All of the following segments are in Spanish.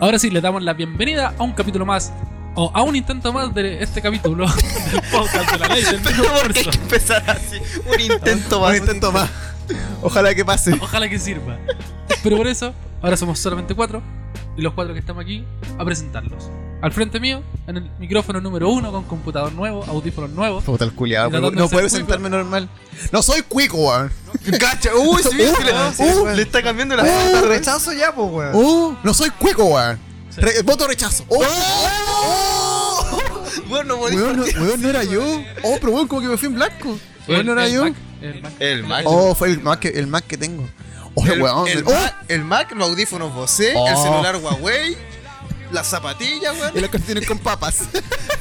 Ahora sí, le damos la bienvenida a un capítulo más, o a un intento más de este capítulo del podcast de la ley del Pero ¿por qué hay que universo. empezar así? Un intento más. Un intento más. Ojalá que pase. Ojalá que sirva. Pero por eso, ahora somos solamente cuatro, y los cuatro que estamos aquí, a presentarlos. Al frente mío, en el micrófono número uno, con computador nuevo, audífonos nuevos. Puta el culiado. Mira, No, ¿dónde se puedo fue, sentarme normal. No soy cuico, weón. Cacha, uy, sí, Uh, que le, sí, uh, weón. le está cambiando la Uh, la rechazo. Rechazo ya, pues, weón. Uh, no soy cuico, weón. Sí. Re- voto rechazo. Oh, ¡Oh! Weón, no podía- uh, weón, no, weón, no era yo. Oh, pero weón, como que me fui en blanco. Weón, no era El yo. Mac, el Mac. El Mac. Oh, fue el Mac que, el Mac que tengo. Oh, El, weón. el oh, Mac, el Mac, los audífonos Bose, el Oh. celular Huawei, las zapatillas, y weón. las tienen con papas.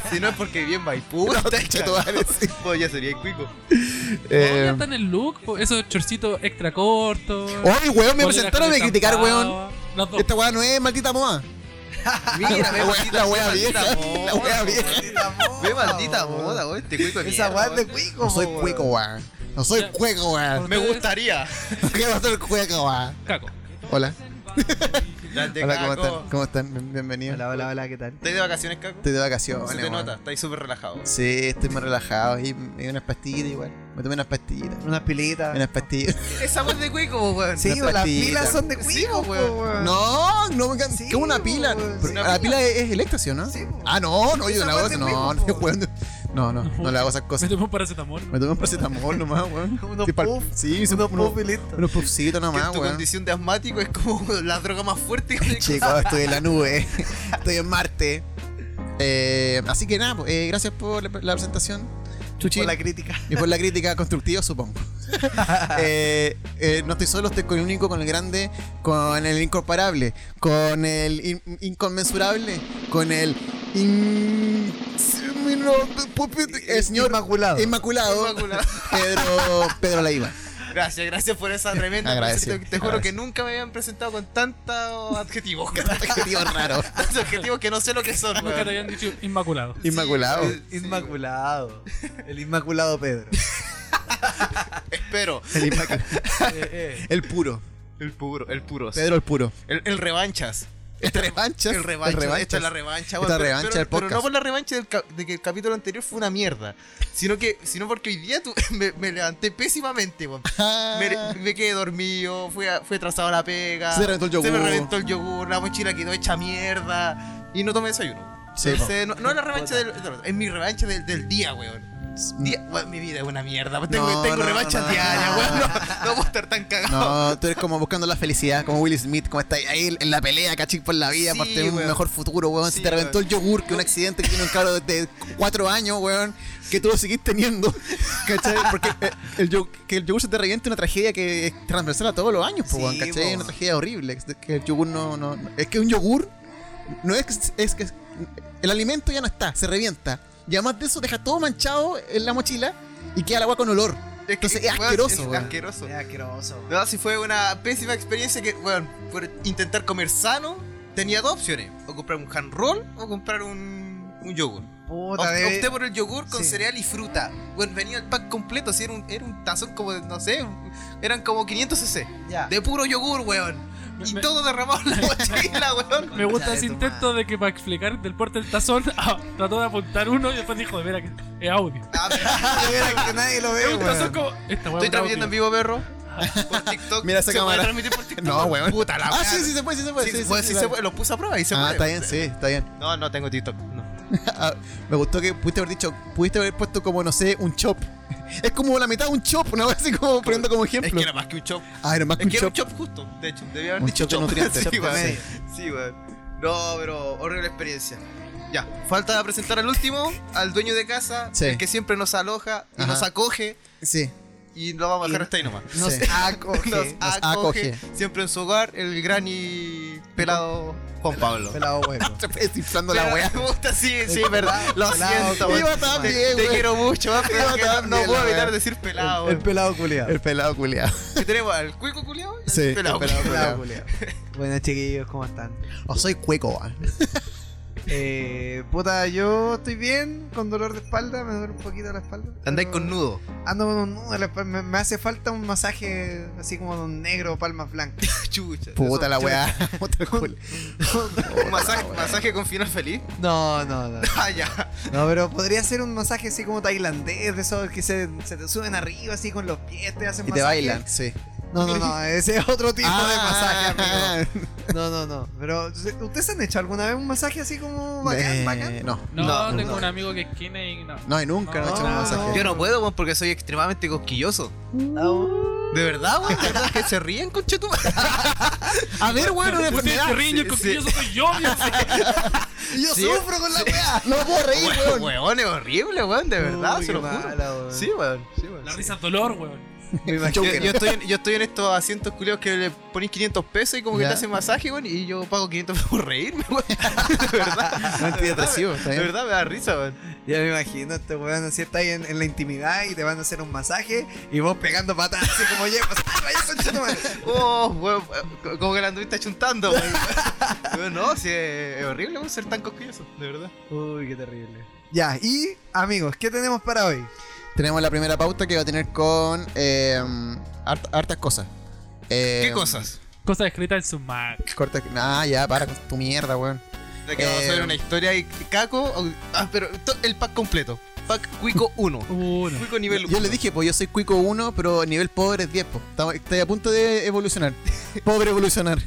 Si no es porque bien Maipú, Puta, está concha tu cagado. madre, sí. Vos ya sería el cuico. Oh, ya Eh, está en el look, po, esos chorcitos extra cortos. Oye, weón, Oh, me polera presentaron a con criticar, estampado. weón. Las dos. Esta weá no es maldita moda. Mira, Ah, La weá- la weá vieja. La weá vieja. Ve maldita moda, weón, este cuico de Esa mierda, weá es de weón. cuico, No soy po, cuico, weón. weón. No soy Ya. cuico, weón. Me gustaría. ¿Qué va a ser cuico, weón? Caco. Hola. Las de Hola, ¿cómo Caco. están? ¿Cómo están? Bien- Bienvenidos. Hola, hola, hola, ¿qué tal? ¿Estás de vacaciones, Caco? Estoy de vacaciones. Se te weón. nota, estáis súper relajado. Sí, estoy más relajado. Y me di unas pastillitas igual. Me tomé unas pastillitas. Unas pilitas. Unas pastillas. Esa weón de cuico, weón. Sí, unas weón, las pastillas. pilas son de Sí, cuico, po, po, weón. weón. No, no me encanta. Sí, ¿Qué es una po, pila? weón, Pero sí. la pila es, es eléctrica, ¿sí o ¿no? Sí, po. Ah, no, no, yo Esa no la hago. parte es No, rico, no, po. weón. No, no, no le hago esas Me cosas. tomé un paracetamol. Me tomé un paracetamol nomás, weón. Unos Sí, pal- puff, Sí, hice unos unos- puff y listo. unos puffcitos Que nomás, tu weón. condición de asmático es como la droga más fuerte que Chicos, estoy en la nube. Estoy en Marte. Eh, así que nada, pues, eh, gracias por la, la presentación, Chuchi. Por la crítica. Y por la crítica constructiva, supongo. Eh, eh, no estoy solo, estoy con el único, con el grande, con el incomparable, con el in- inconmensurable, con el. in- el señor Inmaculado. Inmaculado, Inmaculado. Pedro, Pedro Leiva. Gracias, gracias por esa tremenda Agradecido, presentación. Te juro agradecido. que nunca me habían presentado con tantos adjetivos. Adjetivo raro. tantos adjetivos que no sé lo que son. Nunca te weón. habían dicho inmaculado. Inmaculado. Sí, sí, Inmaculado. El Inmaculado Pedro. Espero. El, inmaculado. eh. el puro. El puro, el puro. Pedro el puro. El, el revanchas. El revanchas. El revanchas. Esta es la revancha, weón, Esta pero- revancha pero, del pero no podcast. por la revancha del cap- de que el capítulo anterior fue una mierda. Sino que, sino porque hoy día tú- me, me levanté pésimamente, weón. Ah, Me, me quedé dormido, fui, a- fui atrasado a la pega. Se reventó el Se me yogur. reventó el yogur, la mochila quedó hecha mierda. Y no tomé desayuno. Sí, Entonces, no, no es la revancha del. del- Es mi revancha del, del día, weón. Día- weón, mi vida es una mierda. Tengo, mm. No, tengo no, revanchas no, diarias, no. weón. No, no puedo estar tan cagado. No, tú eres como buscando la felicidad, como Will Smith, como está ahí en la pelea, cachín por la vida, Sí, por tener un weón. mejor futuro, weón. Sí, si te reventó weón. el yogur, que un accidente que tiene un cabro de cuatro años, weón, que tú lo seguís teniendo, ¿cachai? Porque eh, el, yo- que el yogur se te reviente es una tragedia que es transversal a todos los años, po, Sí, weón, ¿cachai? po. Es una tragedia horrible, que- que el yogur no, no, no- Es que un yogur, no es, que- es que el alimento ya no está, se revienta. Y además de eso, deja todo manchado en la mochila y queda el agua con olor. que- Entonces es weón, asqueroso, es weón. asqueroso. Es asqueroso. weón. No, si fue una pésima experiencia que, weón, por intentar comer sano, tenía dos opciones: o comprar un hand roll o comprar un, un yogur. Puta, Opt- debe- opté por el yogur con sí. cereal y fruta. Bueno, venía el pack completo, si era un, era un tazón como, de, no sé, un- eran como 500 cc. Ya. De puro yogur, weón. Y Me- todo derramado en la mochila, weón. Me gusta Concha ese de tu intento de que para explicar del porte del tazón ah, trató de apuntar uno y después dijo, de veras que es audio. Ah, pero De veras que nadie lo Es ve, un tazón weón. como... Esta weá Estoy es un audio. transmitiendo en vivo, perro. Por TikTok. Mira esa ¿Se puede cámara. transmitir por TikTok? No, weón. Puta la Ah, weá. sí, sí se puede, sí se puede. Sí, sí, weón, sí sí, sí, se vale. puede. Lo puse a prueba y se Ah, puede. está bien, sí, está bien. No, no tengo TikTok. No. Ah, me gustó que pudiste haber dicho, pudiste haber puesto como, no sé, un chop. Es como la mitad de un chop, una vez así como poniendo como Es ejemplo. que era más que un chop. Ah, era más que Es un que era un chop. chop justo. De hecho, debía haber Un dicho chop de chop. nutrientes. Sí, Chop de weón. medio. Sí, weón. No, pero horrible experiencia. Ya, falta presentar al último, al dueño de casa, Sí. el que siempre nos aloja y Ajá. nos acoge. Sí. Y lo vamos a dejar Y- hasta ahí nomás. Nos Sí. Nos acoge. nos acoge, acoge. siempre en su hogar, el gran y pelado Juan Pablo. Pelado huevo. Desinflando la wea. Me gusta, sí, sí, verdad. Lo pelado, siento, pelado, weón. Iba tan Te, te bien, weón. quiero mucho, weón, pero Iba es que tan no bien, puedo la evitar weón. decir pelado. El weón. pelado culiado. El pelado culiado. Que tenemos al cuico culiao y al Sí, pelado el culiao. pelado Oh, Pelado culiado. Bueno, chiquillos, ¿cómo están? O soy cueco, ah. Eh, puta, yo estoy bien, con dolor de espalda, me duele un poquito la espalda. Andáis pero con nudo. Ando con un nudo en la espalda, me, me hace falta un masaje así como de un negro, palmas blancas. Chucha. Puta Eso, la yo- weá. Puta el culo. masaje, masaje con final feliz. No, no, no. Ah, ya. No, pero podría ser un masaje así como tailandés, de esos que se, se te suben arriba así con los pies, te hacen Y te masaje. bailan, Ah. sí. No, no, no, ese es otro tipo de masaje, amigo. masaje, No, no, no. Pero, ¿ustedes han hecho alguna vez un masaje así como bacán, bacán? Eh, No, No, No, tengo no. un amigo que es kine y no. no, y nunca no, he hecho un No, masaje. Yo Ah, no puedo, Ah. weón, porque soy extremadamente cosquilloso. No. De verdad, weón. ¿De verdad que se ríen, conchetumare? A ver, bueno, una Ustedes enfermedad. se ríen, el cosquilloso soy yo, mi Y yo Sí. sufro con la weá. No me puedo reír, Weón, weón. weón, es horrible, weón. De verdad, se lo juro. Sí, weón. Sí, weón. La sí. risa es dolor, weón. Yo, Me imagino. yo estoy en, yo estoy en estos asientos culiados que le ponen 500 pesos y como que Ya. te hacen masaje, weón, y yo pago 500 pesos por reírme, weón. De verdad. No antidepresivo, está De bien. verdad me da risa, weón. Ya me imagino, este weón así está ahí en, en la intimidad y te van a hacer un masaje y vos pegando patadas así como llevas. ¡Vaya conchetumare! Oh, weón, eh, como que la anduviste chuntando, weón. Weón, no, sí, es es horrible, weón, ser tan cosquilloso, de verdad. Uy, qué terrible. Ya, y amigos, ¿qué tenemos para hoy? Tenemos la primera pauta que va a tener con eh, hart- hartas cosas. Eh, Cosas escritas en su Mac. Corta. Ah, ya, para con tu mierda, weón. De que vamos a Eh, ver una historia y Caco. o- Ah, pero to- el pack completo. Pack Cuico 1. Uno. Cuico nivel 1. Yo le dije, pues yo soy cuico 1, pero nivel pobre es 10, pues. Estamos- Estoy a punto de evolucionar. Pobre evolucionar.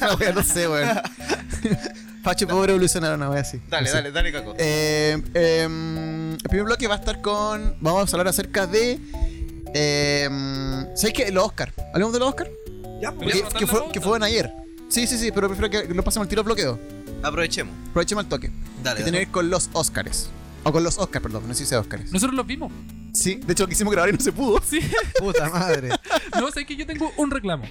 Una wea, no sé, weón. Facho pobre evolucionar una wea así. Dale, No sé. dale, dale, Caco. Eh, eh, el primer bloque va a estar con. Vamos a hablar acerca de. Eh, ¿Sabes qué? Los Oscar. ¿Hablamos de los Oscar? Ya, pues. Que, anotar que la fue- pauta. que fueron ayer. Sí, sí, sí, pero prefiero que lo pasemos al tiro bloqueo. Aprovechemos. Aprovechemos el toque. Dale, Que tiene que ver con los Oscars. O con los Oscars, perdón, no sé si sea Oscars. Nosotros los vimos. Sí, de hecho quisimos grabar y no se pudo. Sí. Puta madre. No, sé que yo tengo un reclamo.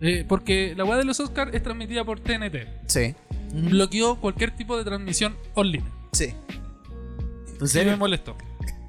Eh, porque la weá de los Oscars es transmitida por TNT. Sí. Bloqueó cualquier tipo de transmisión online. Sí. ¿En serio? me molestó.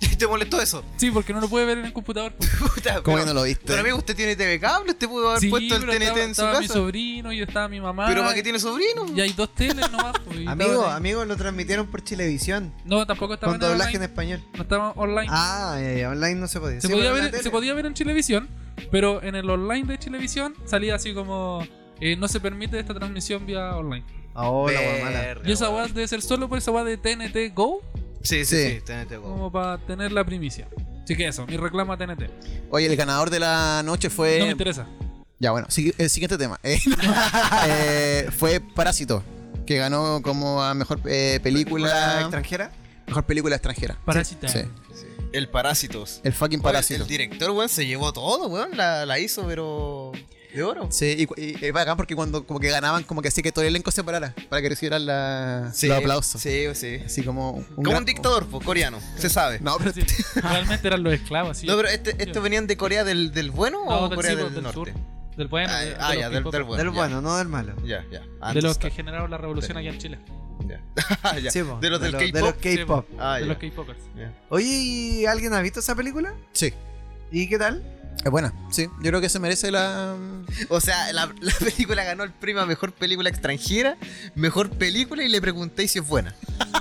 ¿Te molestó eso? Sí, porque no lo puede ver en el computador. pues. Puta, pero- ¿Cómo que no lo viste? Pero amigo, usted tiene TV cable, usted pudo haber Sí, puesto el pero TNT estaba, en su estaba mi casa. sobrino y estaba mi mamá. Pero para que tiene sobrino. Y hay dos teles nomás. pues, y Amigo, estaba- amigo, lo transmitieron por televisión. No, tampoco estaba Con en doblaje online. en español. No estaba online. Ah, ya, ya, online no se podía. se, Sí, podía pero en la ver, se tele. podía ver en Televisión, pero en el online de Televisión salía así como... eh, no se permite esta transmisión vía online. Ah, oh, la wea mala. Verga, Y esa weá weón. debe ser solo por esa weá de TNT Go, Sí, sí, Sí. sí, TNT Go. como para tener la primicia. Así que eso, mi reclama TNT. Oye, el ganador de la noche Eh, no me fue. interesa. ya, bueno, sigui- el siguiente tema. Eh, eh, fue Parásito, que ganó como a mejor eh, ¿La película. extranjera? Mejor película extranjera. Parásita. Sí. El Parásitos. El fucking Oye, Parásito. El director, weón, se llevó todo, weón. La, la hizo, pero. De oro. Sí, y, cu- y, y bacán porque cuando como que ganaban, como que así que todo el elenco se parara para que recibieran la, Sí, los aplausos. Sí, sí. Así como un, Como gran- un dictador, po, coreano. Se sabe. No, pero Sí, realmente eran los esclavos, sí. No, pero este, ¿estos venían de Corea del, del bueno No, o del, Corea sí, pues, del, del norte? sur. Del bueno. Ah, de- ah, de los ya, del, que- del bueno. del ya, bueno, no del malo. Ya, ya. de los que generaron la revolución aquí en Chile. ya. Ya. Sí, po, de los del de K-pop. Sí, los K-pop. Ah, de ya. los K-Pokers. ya. Oye, ¿y ¿alguien ha visto esa película? Sí, ¿Y qué tal? es buena. Sí, yo creo que se merece la. O sea, la, la película ganó el premio a mejor película extranjera, mejor película y le preguntéis si es buena.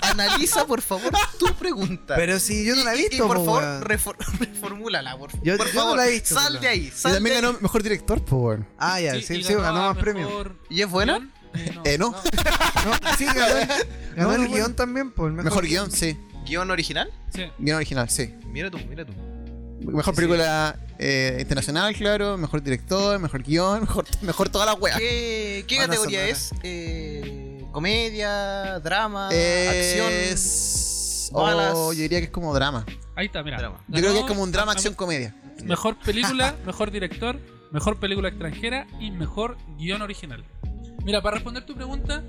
Analiza, por favor, tu pregunta. Pero si yo no la he Y- y- visto, Y, por po, favor, weón. refor- reformúlala, por, Yo- por yo no favor. la he visto, sal weón. de ahí, sal Y también de ahí. ganó mejor director, pues bueno. Ah, ya, sí, sí, y ganó, a más premios. mejor ¿Y es buena? guión. Eh, no. Eh, no. No, sí, ganó, ganó No, el bueno. guión también, por el mejor. Mejor guión, sí. ¿Guión original? Sí. Guión original, sí. Mira tú, mira tú. Mejor película eh, internacional, claro. Mejor director, mejor guión, mejor, mejor toda la wea. ¿Qué, qué Banda categoría sonora. es? Eh, ¿Comedia? ¿Drama? ¿Acción? Es. o balas. oh, yo diría que es como drama. Ahí está, mira. Drama. Yo creo que es como un drama, acción, comedia. Mejor película, mejor director, mejor película extranjera y mejor guión original. Mira, para responder tu pregunta,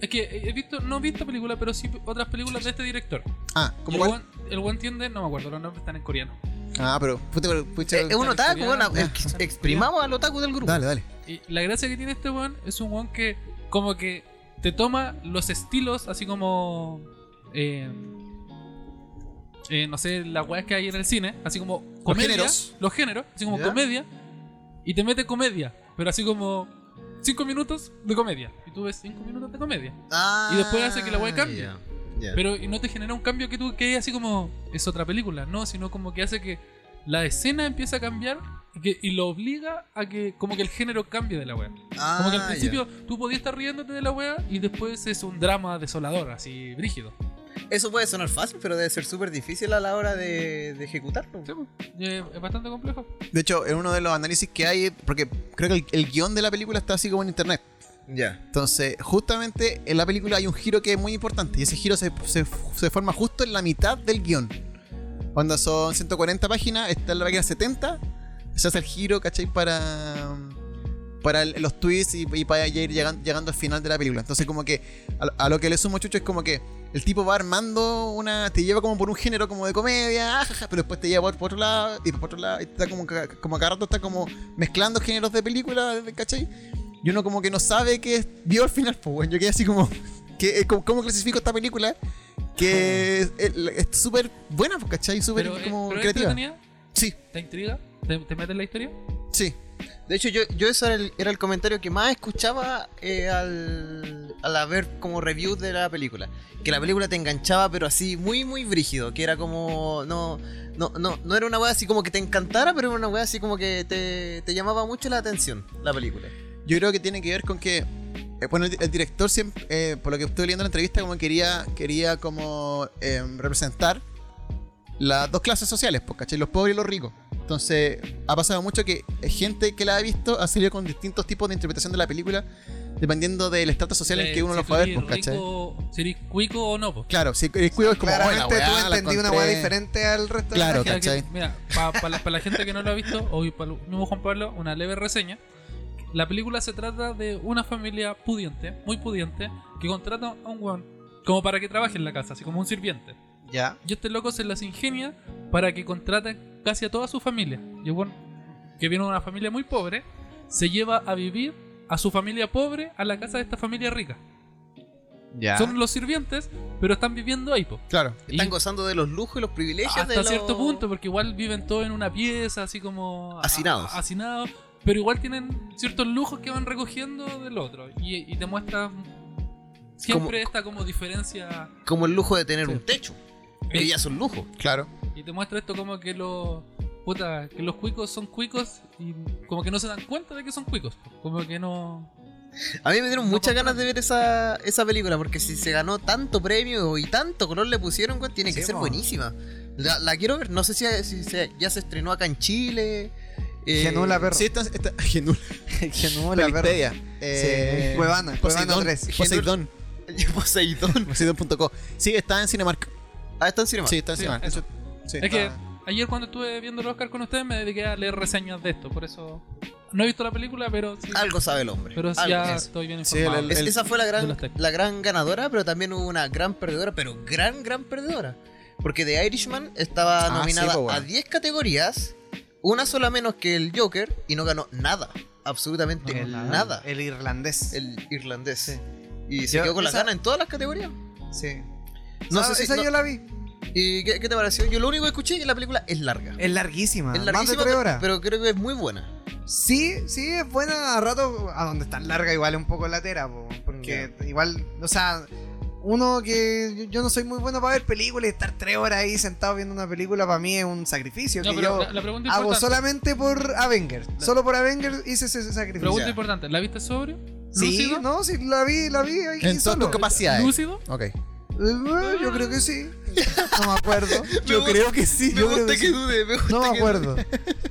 es que he visto, no he visto películas, pero sí otras películas de este director. Ah, Y como el cuál? buen- El buen tiende, no me acuerdo, los nombres están en coreano. Ah, pero. puta, pero, pucha. Eh, es un otaku, Coreano, bueno, coreano, ex- coreano. exprimamos al otaku del grupo. dale, dale. Y la gracia que tiene este weón es un weón que como que te toma los estilos así como... eh, eh, no sé, las weas que hay en el cine, así como comedia, géneros. los géneros así como Ya. comedia, y te mete comedia, pero así como cinco minutos de comedia. Y tú ves cinco minutos de comedia. Ah, Y después hace que la wea cambie. ya, ya. Pero y no te genera un cambio que tú que así como es otra película, no, sino como que hace que la escena empieza a cambiar y, que- y lo obliga a que como que el género cambie de la wea. Ah, Como que al ya. principio tú podías estar riéndote de la wea y después es un drama desolador, así brígido. Eso puede sonar fácil, pero debe ser súper difícil a la hora de, de ejecutarlo. Sí, pues, eh, es bastante complejo. De hecho, en uno de los análisis que hay, porque creo que el, el guión de la película está así como en internet. Ya. Entonces, justamente en la película hay un giro que es muy importante. Y ese giro se, se- se forma justo en la mitad del guión. Cuando son 140 páginas, está en la página 70. Se hace el giro, ¿cachai? Para, para el- los tweets y, y para ya ir llegan- llegando al final de la película. Entonces, como que a, a lo que le sumo Chucho es como que el tipo va armando una. Te lleva como por un género como de comedia, ajaja, pero después te lleva por, por otro lado y por otro lado. Y está como, ca- como a cada rato está como mezclando géneros de película, ¿cachai? Y uno como que no sabe qué es- vio al final, pues, weón. Yo quedé así como, que, eh, como- ¿cómo clasifico esta película? Que es- es es súper buena, pues, ¿cachai? Súper Pero, eh, como pero es creativa. entretenida, Sí, te intriga, te, te mete en la historia. sí. De hecho, yo, yo ese era el, era el comentario que más escuchaba eh, al, al haber como reviews de la película. Que la película te enganchaba, pero así muy, muy brígido. Que era como. No, no, no, no era una wea así como que te encantara, pero era una wea así como que te, te llamaba mucho la atención la película. Yo creo que tiene que ver con que. eh, bueno, el, di- el director siempre, eh, por lo que estoy leyendo en la entrevista, como quería, quería como eh, representar las dos clases sociales, pues, ¿cachai? Los pobres y los ricos. Entonces, ha pasado mucho que gente que la ha visto ha salido con distintos tipos de interpretación de la película, dependiendo del estrato social en Eh, que uno si los tú va a ver, eres pues, ¿cachai? rico, Si eres cuico o no, pues. Claro, si el cuido es como Claramente "Hola, weá, tú la entendí una encontré". weá diferente al resto Claro, de la gente. Mira, que- ¿cachai? mira, para la gente que no lo ha visto, o para el mismo Juan Pablo, una leve reseña. La película se trata de una familia pudiente, muy pudiente, que contrata a un weón como para que trabaje en la casa, así como un sirviente. Ya. Y este loco se las ingenia para que contrate casi a toda su familia. Y el weón, que viene de una familia muy pobre, se lleva a vivir a su familia pobre a la casa de esta familia rica. Ya. Son los sirvientes, pero están viviendo ahí, po. Claro. Están Y- gozando de los lujos y los privilegios de hasta los- cierto punto, porque igual viven todos en una pieza, así como... a- Hacinados. a- hacinados, pero igual tienen ciertos lujos que van recogiendo del otro. Y, y te muestra siempre esta como diferencia... Como el lujo de tener Sí. un techo. Que Eh, ya son lujo. Claro. Y te muestra esto como que los... Puta, que los cuicos son cuicos y como que no se dan cuenta de que son cuicos. Como que no... A mí me dieron No muchas comprendo. ganas de ver esa, esa película, porque si se ganó tanto premio y tanto color le pusieron, weón, tiene que Sí, ser po. buenísima. La, la quiero ver, no sé si, si se- ya se estrenó acá en Chile. eh, Genula, perro. Sí, está, está Genula, Genula, perro. Wikipedia, eh, Sí, Cuevana, Cuevana Poseidón, 3. Poseidón, Poseidón. Poseidón.co. Sí, está en Cinemark. pues, Ah, está en cinema. Sí, está en Sí, Cinemark. eso. Sí, Es que está- ayer cuando estuve viendo el Oscar con ustedes me dediqué a leer reseñas de esto, por eso... No he visto la película, pero sí, Algo sabe el hombre. pero sí algo ya sabe. estoy bien Sí, informado. el- Es- esa fue la de gran, los tech. la gran ganadora, pero también hubo una gran perdedora, pero gran, gran perdedora. Porque The Irishman estaba Ah, sí, nominada po, weón. a 10 categorías, una sola menos que el Joker, y no ganó nada, absolutamente No, El, nada. Ah, El irlandés. El, irlandés. Sí. Y se Yo- quedó con la esa- gana en todas las categorías. Sí. No Esa- sé si- esa no- yo la vi. ¿Y qué, qué te pareció? Yo lo único que escuché es que la película es larga. Es larguísima. es larguísima, Eh, Más de tres pero- horas. pero creo que es muy buena. Sí, sí, es buena a rato, a donde está larga igual es un poco latera, po, porque igual, o sea, uno que yo, yo no soy muy bueno para ver películas y estar tres horas ahí sentado viendo una película para mí es un sacrificio No, que pero yo la, la pregunta hago importante. solamente por Avengers, solo por Avengers hice ese, ese sacrificio. Pregunta importante, ¿la viste sobrio? Sí, ¿Lúcido? no, sí, la vi, la vi ahí en todas solo. tus capacidades. ¿Lúcido? Ok. Eh, Yo creo que sí, no me acuerdo. Yo gusta- creo que sí. me yo creo gusta que que sí. dude, me gusta No me que- acuerdo.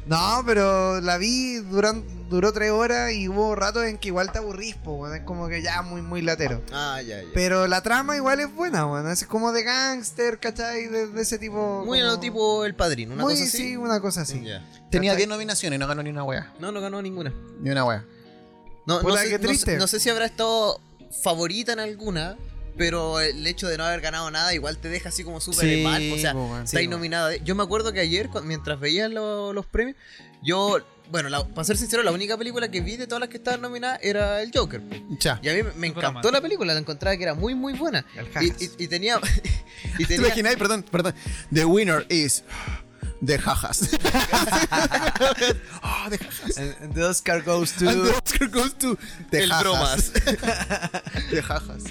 No, pero la vi durante, duró tres horas y hubo ratos en que igual te aburrís, po, weón, es como que ya muy, muy latero. Ah, ya, ya. Pero la trama igual es buena, weón. Es como de gángster, ¿cachai? De, de ese tipo. Muy como- a lo tipo El Padrino, una muy, cosa así. Mm, sí, una cosa así. Ya. Tenía ¿Cachai? 10 nominaciones y no ganó ni una wea. No, no ganó ninguna. Ni una wea. No, no, Puta, sé, qué no triste. sé- no sé si habrá estado favorita en alguna, pero el hecho de no haber ganado nada igual te deja así como súper mal. O sea, po, weón. está ahí nominada. de- Yo me acuerdo que ayer, cu- mientras veía lo- los premios, yo, bueno, la- para ser sincero, la única película que vi de todas las que estaban nominadas era El Joker. po. Ya. Y a mí me- me Fue la encantó mala. la película, la encontraba que era muy, muy buena. El Y, Jajas. y- y tenía. y ¿Te tenía imagináis? Perdón, perdón. The winner is. de jajas. Ah, de jajas. And, and the Oscar goes to. And the Oscar goes to de el jajas. bromas. De jajas.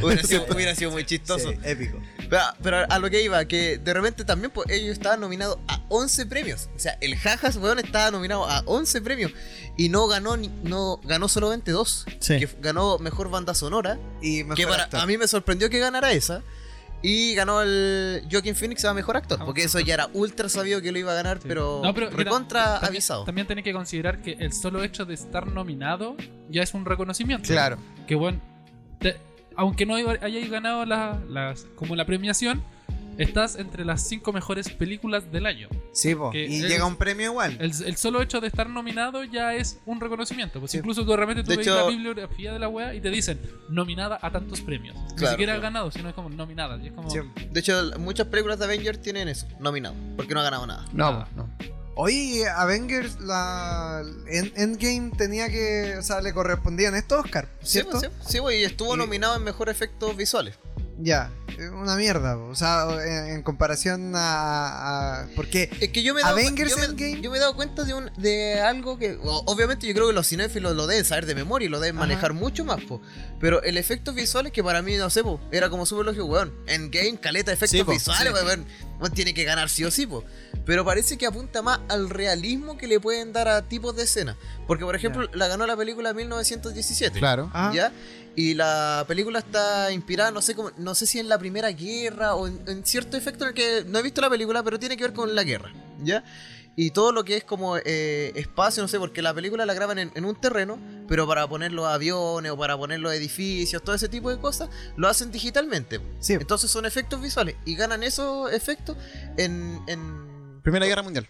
Hubiera sido, hubiera sido muy chistoso. Sí, épico. Pero, pero a lo que iba, que de repente también pues, ellos estaban nominados a 11 premios. O sea, el Jajas, weón, estaba nominado a 11 premios. Y no ganó, ni- no ganó solamente dos. Sí. Que f- ganó Mejor Banda Sonora. Y mejor que para, actor. a mí me sorprendió que ganara esa. Y ganó el Joaquin Phoenix a Mejor Actor. Ah, Porque eso ya era ultra sabido que lo iba a ganar, Sí. pero, No, pero mira, recontra también- Ah, avisado. También tenés que considerar que el solo hecho de estar nominado ya es un reconocimiento. Claro. Que bueno, te- aunque no iba- hayáis ganado la- las, como la premiación, estás entre las cinco mejores películas del año. Sí, po. que Y es- llega un premio igual. El, el solo hecho de estar nominado ya es un reconocimiento. Pues Sí. incluso tú realmente tú De ves hecho- la bibliografía de la wea y te dicen nominada a tantos premios. Ni Claro, siquiera claro. ganado, sino es como nominada. Y es como. Sí. De hecho, muchas películas de Avengers tienen eso, nominado. Porque no ha ganado nada. No, no. Oye, Avengers, la End- Endgame tenía que, o sea, le correspondían estos Oscar, Sí, pues, ¿cierto? sí, sí, güey, y estuvo Y- nominado en Mejor Efectos Visuales. Ya, eh, una mierda, po. o sea, en, en comparación a, a- porque Es que yo me he dado, Avengers yo me- Endgame. yo me he dado cuenta de, un, de algo que, o- obviamente, yo creo que los cinéfilos lo deben saber de memoria y lo deben Ajá. manejar mucho más, po. Pero el efecto visual es que para mí, no sé, po, era como súper lógico, weón. En game, caleta, efectos Sí, po, visuales, weón. Weón tiene que ganar sí o sí, po. Pero parece que apunta más al realismo que le pueden dar a tipos de escenas. Porque, por ejemplo, la ganó la película 1917. Claro. ah, ¿Ya? Y la película está inspirada, no sé cómo, no sé si en la Primera Guerra o en, en cierto efecto en el que no he visto la película, pero tiene que ver con la guerra, ¿ya? Y todo lo que es como eh, espacio, no sé, porque la película la graban en, en un terreno, pero para poner los aviones o para poner los edificios, todo ese tipo de cosas, lo hacen digitalmente. sí, Entonces son efectos visuales y ganan esos efectos en... en- Primera Guerra Mundial.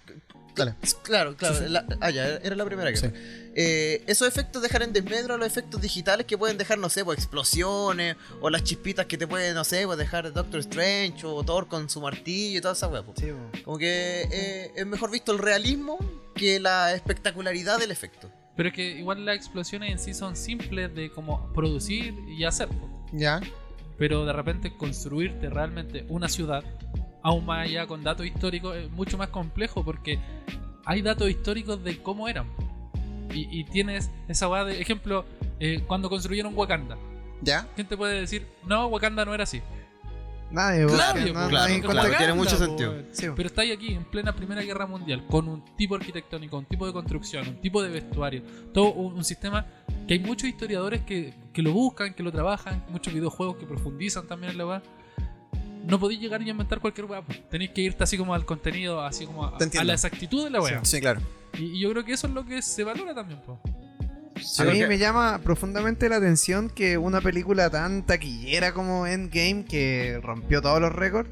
Dale. Claro, claro. la- ah, ya, era la primera guerra. Eh, esos efectos dejan en desmedro a los efectos digitales que pueden dejar, no sé, pues, explosiones o las chispitas que te pueden, no sé, pues, dejar Doctor Strange o Thor con su martillo y toda esa hueá. pues. sí, po. Como que eh, es mejor visto el realismo que la espectacularidad del efecto. Pero es que igual las explosiones en sí son simples de como producir y hacer. po. Ya. pero de repente construirte realmente una ciudad, aún más allá con datos históricos, es mucho más complejo porque hay datos históricos de cómo eran. Y, y tienes esa weá de ejemplo, eh, cuando construyeron Wakanda. Ya. ¿Quién te puede decir, no, Wakanda no era así? Nadie, po. Claro, No- po, nadie claro, encuentra- claro. tiene mucho po, sentido. weón. Sí, po. Pero estáis aquí en plena Primera Guerra Mundial con un tipo arquitectónico, un tipo de construcción, un tipo de vestuario, todo un, un sistema que hay muchos historiadores que, que lo buscan, que lo trabajan, muchos videojuegos que profundizan también en la weá. No podéis llegar y inventar cualquier weá, po. tenéis que irte así como al contenido, así como a, Te entiendo. a la exactitud de la weá. Sí, claro. Y, y yo creo que eso es lo que se valora también, pues. po. A Sí, mí porque- me llama profundamente la atención que una película tan taquillera como Endgame, que rompió todos los récords,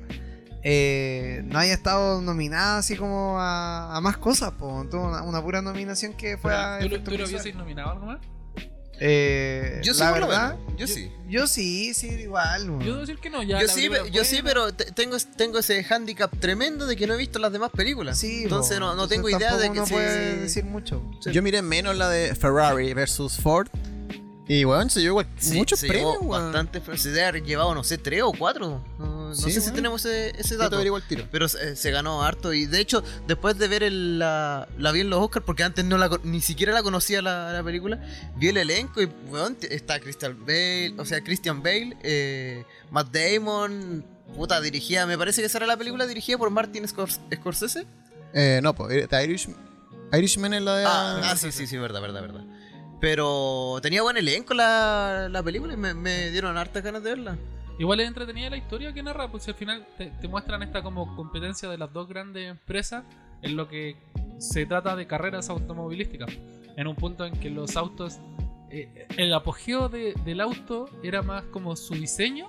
eh, no haya estado nominada así como a, a más cosas. po. Tuvo una, una pura nominación que fue a ¿Tú, lo- efectos tú lo visuales. hubieses nominado algo más? Eh, Yo sí, la por lo verdad, menos, yo sí. Yo sí, sí, igual. weón. Yo debo decir que no, ya. Ah. Yo la sí, película pe- es yo buena. sí, pero te- tengo, tengo ese handicap tremendo de que no he visto las demás películas. Sí, entonces po, no, no entonces tengo idea de tampoco que uno sí- puede decir mucho. Sí. Yo miré menos la de Ferrari versus Ford. Y weón, se llevó igual Sí, muchos se premios, llevó weón. Bastantes premios. Se debe haber llevado, no sé, tres o cuatro. No, no Sí, sé si weón. tenemos ese, ese Yo te dato. averiguo el tiro. Pero se, se ganó harto. Y de hecho, después de ver el- la, la vi en los Oscars, porque antes no la, con- ni siquiera la conocía la, la película, vi el elenco y, weón, t- está Christian Bale, o sea, Christian Bale, eh, Matt Damon, puta, dirigida, me parece que esa era la película dirigida por Martin Scors- Scorsese. Eh, no, pues, The Irish, Irishman es la de. Ah, ah, sí, sí, sí, verdad, verdad, verdad. Pero tenía buen elenco la, la película y me, me dieron hartas ganas de verla. Igual es entretenida la historia que narra, pues si al final te, te muestran esta como competencia de las dos grandes empresas en lo que se trata de carreras automovilísticas. En un punto en que los autos, eh, el apogeo de- del auto era más como su diseño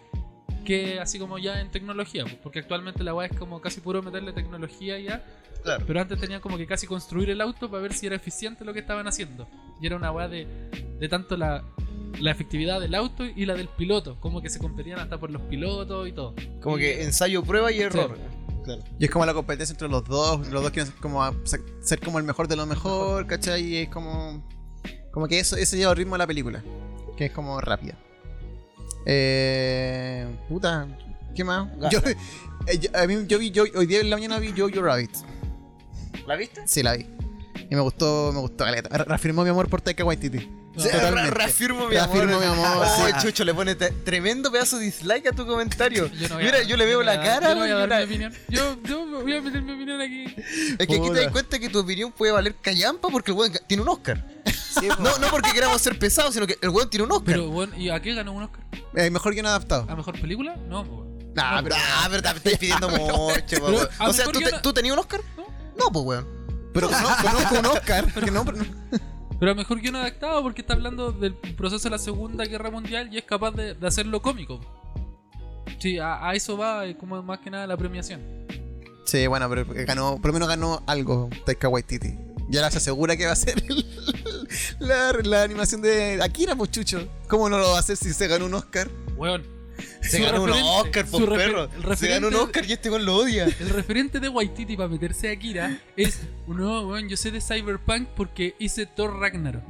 que así como ya en tecnología, pues, porque actualmente la UA es como casi puro meterle tecnología ya, Claro. pero antes tenían como que casi construir el auto para ver si era eficiente lo que estaban haciendo. Y era una weá de, de tanto la, la efectividad del auto y la del piloto. Como que se competían hasta por los pilotos y todo. Como Y- que ensayo, prueba y error. Y es como la competencia entre los dos. Los dos quieren ser como, a- ser- ser como el mejor de lo mejor, ¿cachai? Y es como. Como que eso, ese lleva el ritmo de la película. Que es como rápida. Eh, puta, ¿qué más? Gana. Yo, eh, yo- a mí, yo vi, yo, hoy día en la mañana vi Jojo Rabbit. ¿La viste? Sí, la vi. Y me gustó, me gustó. caleta. Re- Reafirmó mi amor por Taika Waititi. Sí, re- Totalmente. reafirmo mi amor. Reafirmo mi amor, Ay, sí. Chucho, le pone te- tremendo pedazo de dislike a tu comentario. Yo no voy a- Mira, yo le veo no voy la a- cara, Yo no voy a weón, dar y mi opinión. Yo, yo voy a meter mi opinión aquí. Es que aquí te Puta. das cuenta que tu opinión puede valer callampa porque el weón ga- tiene un Oscar. pues. no, no porque queramos ser pesados, sino que el weón tiene un Oscar. Pero, bueno, ¿y a qué ganó un Oscar? Eh, mejor guión adaptado. ¿A mejor película? No, weón. Nah, Ah, pero, ah, pero te estáis pidiendo mucho, po, Pero, weón. a O sea, mejor ¿tú, que te- una- ¿tú tenías un Oscar? No. No, pues, weón. Pero no, conozco un Oscar. que no- Pero a mejor guión adaptado porque está hablando del proceso de la Segunda Guerra Mundial y es capaz de, de hacerlo cómico. Sí, a, a eso va eh, como más que nada la premiación. Sí, bueno, pero eh, ganó, por lo menos ganó algo Taika Waititi. Ya ahora se asegura que va a ser el- la, la animación de Akira, pues chucho. ¿Cómo no lo va a hacer si se ganó un Oscar? Weón. Se Su ganó un referente- Oscar, su por refer- perro. el Se referente ganó un de- Oscar y este weón lo odia. El referente de Waititi para meterse a Akira es, no, weón, yo sé de Cyberpunk porque hice Thor Ragnarok.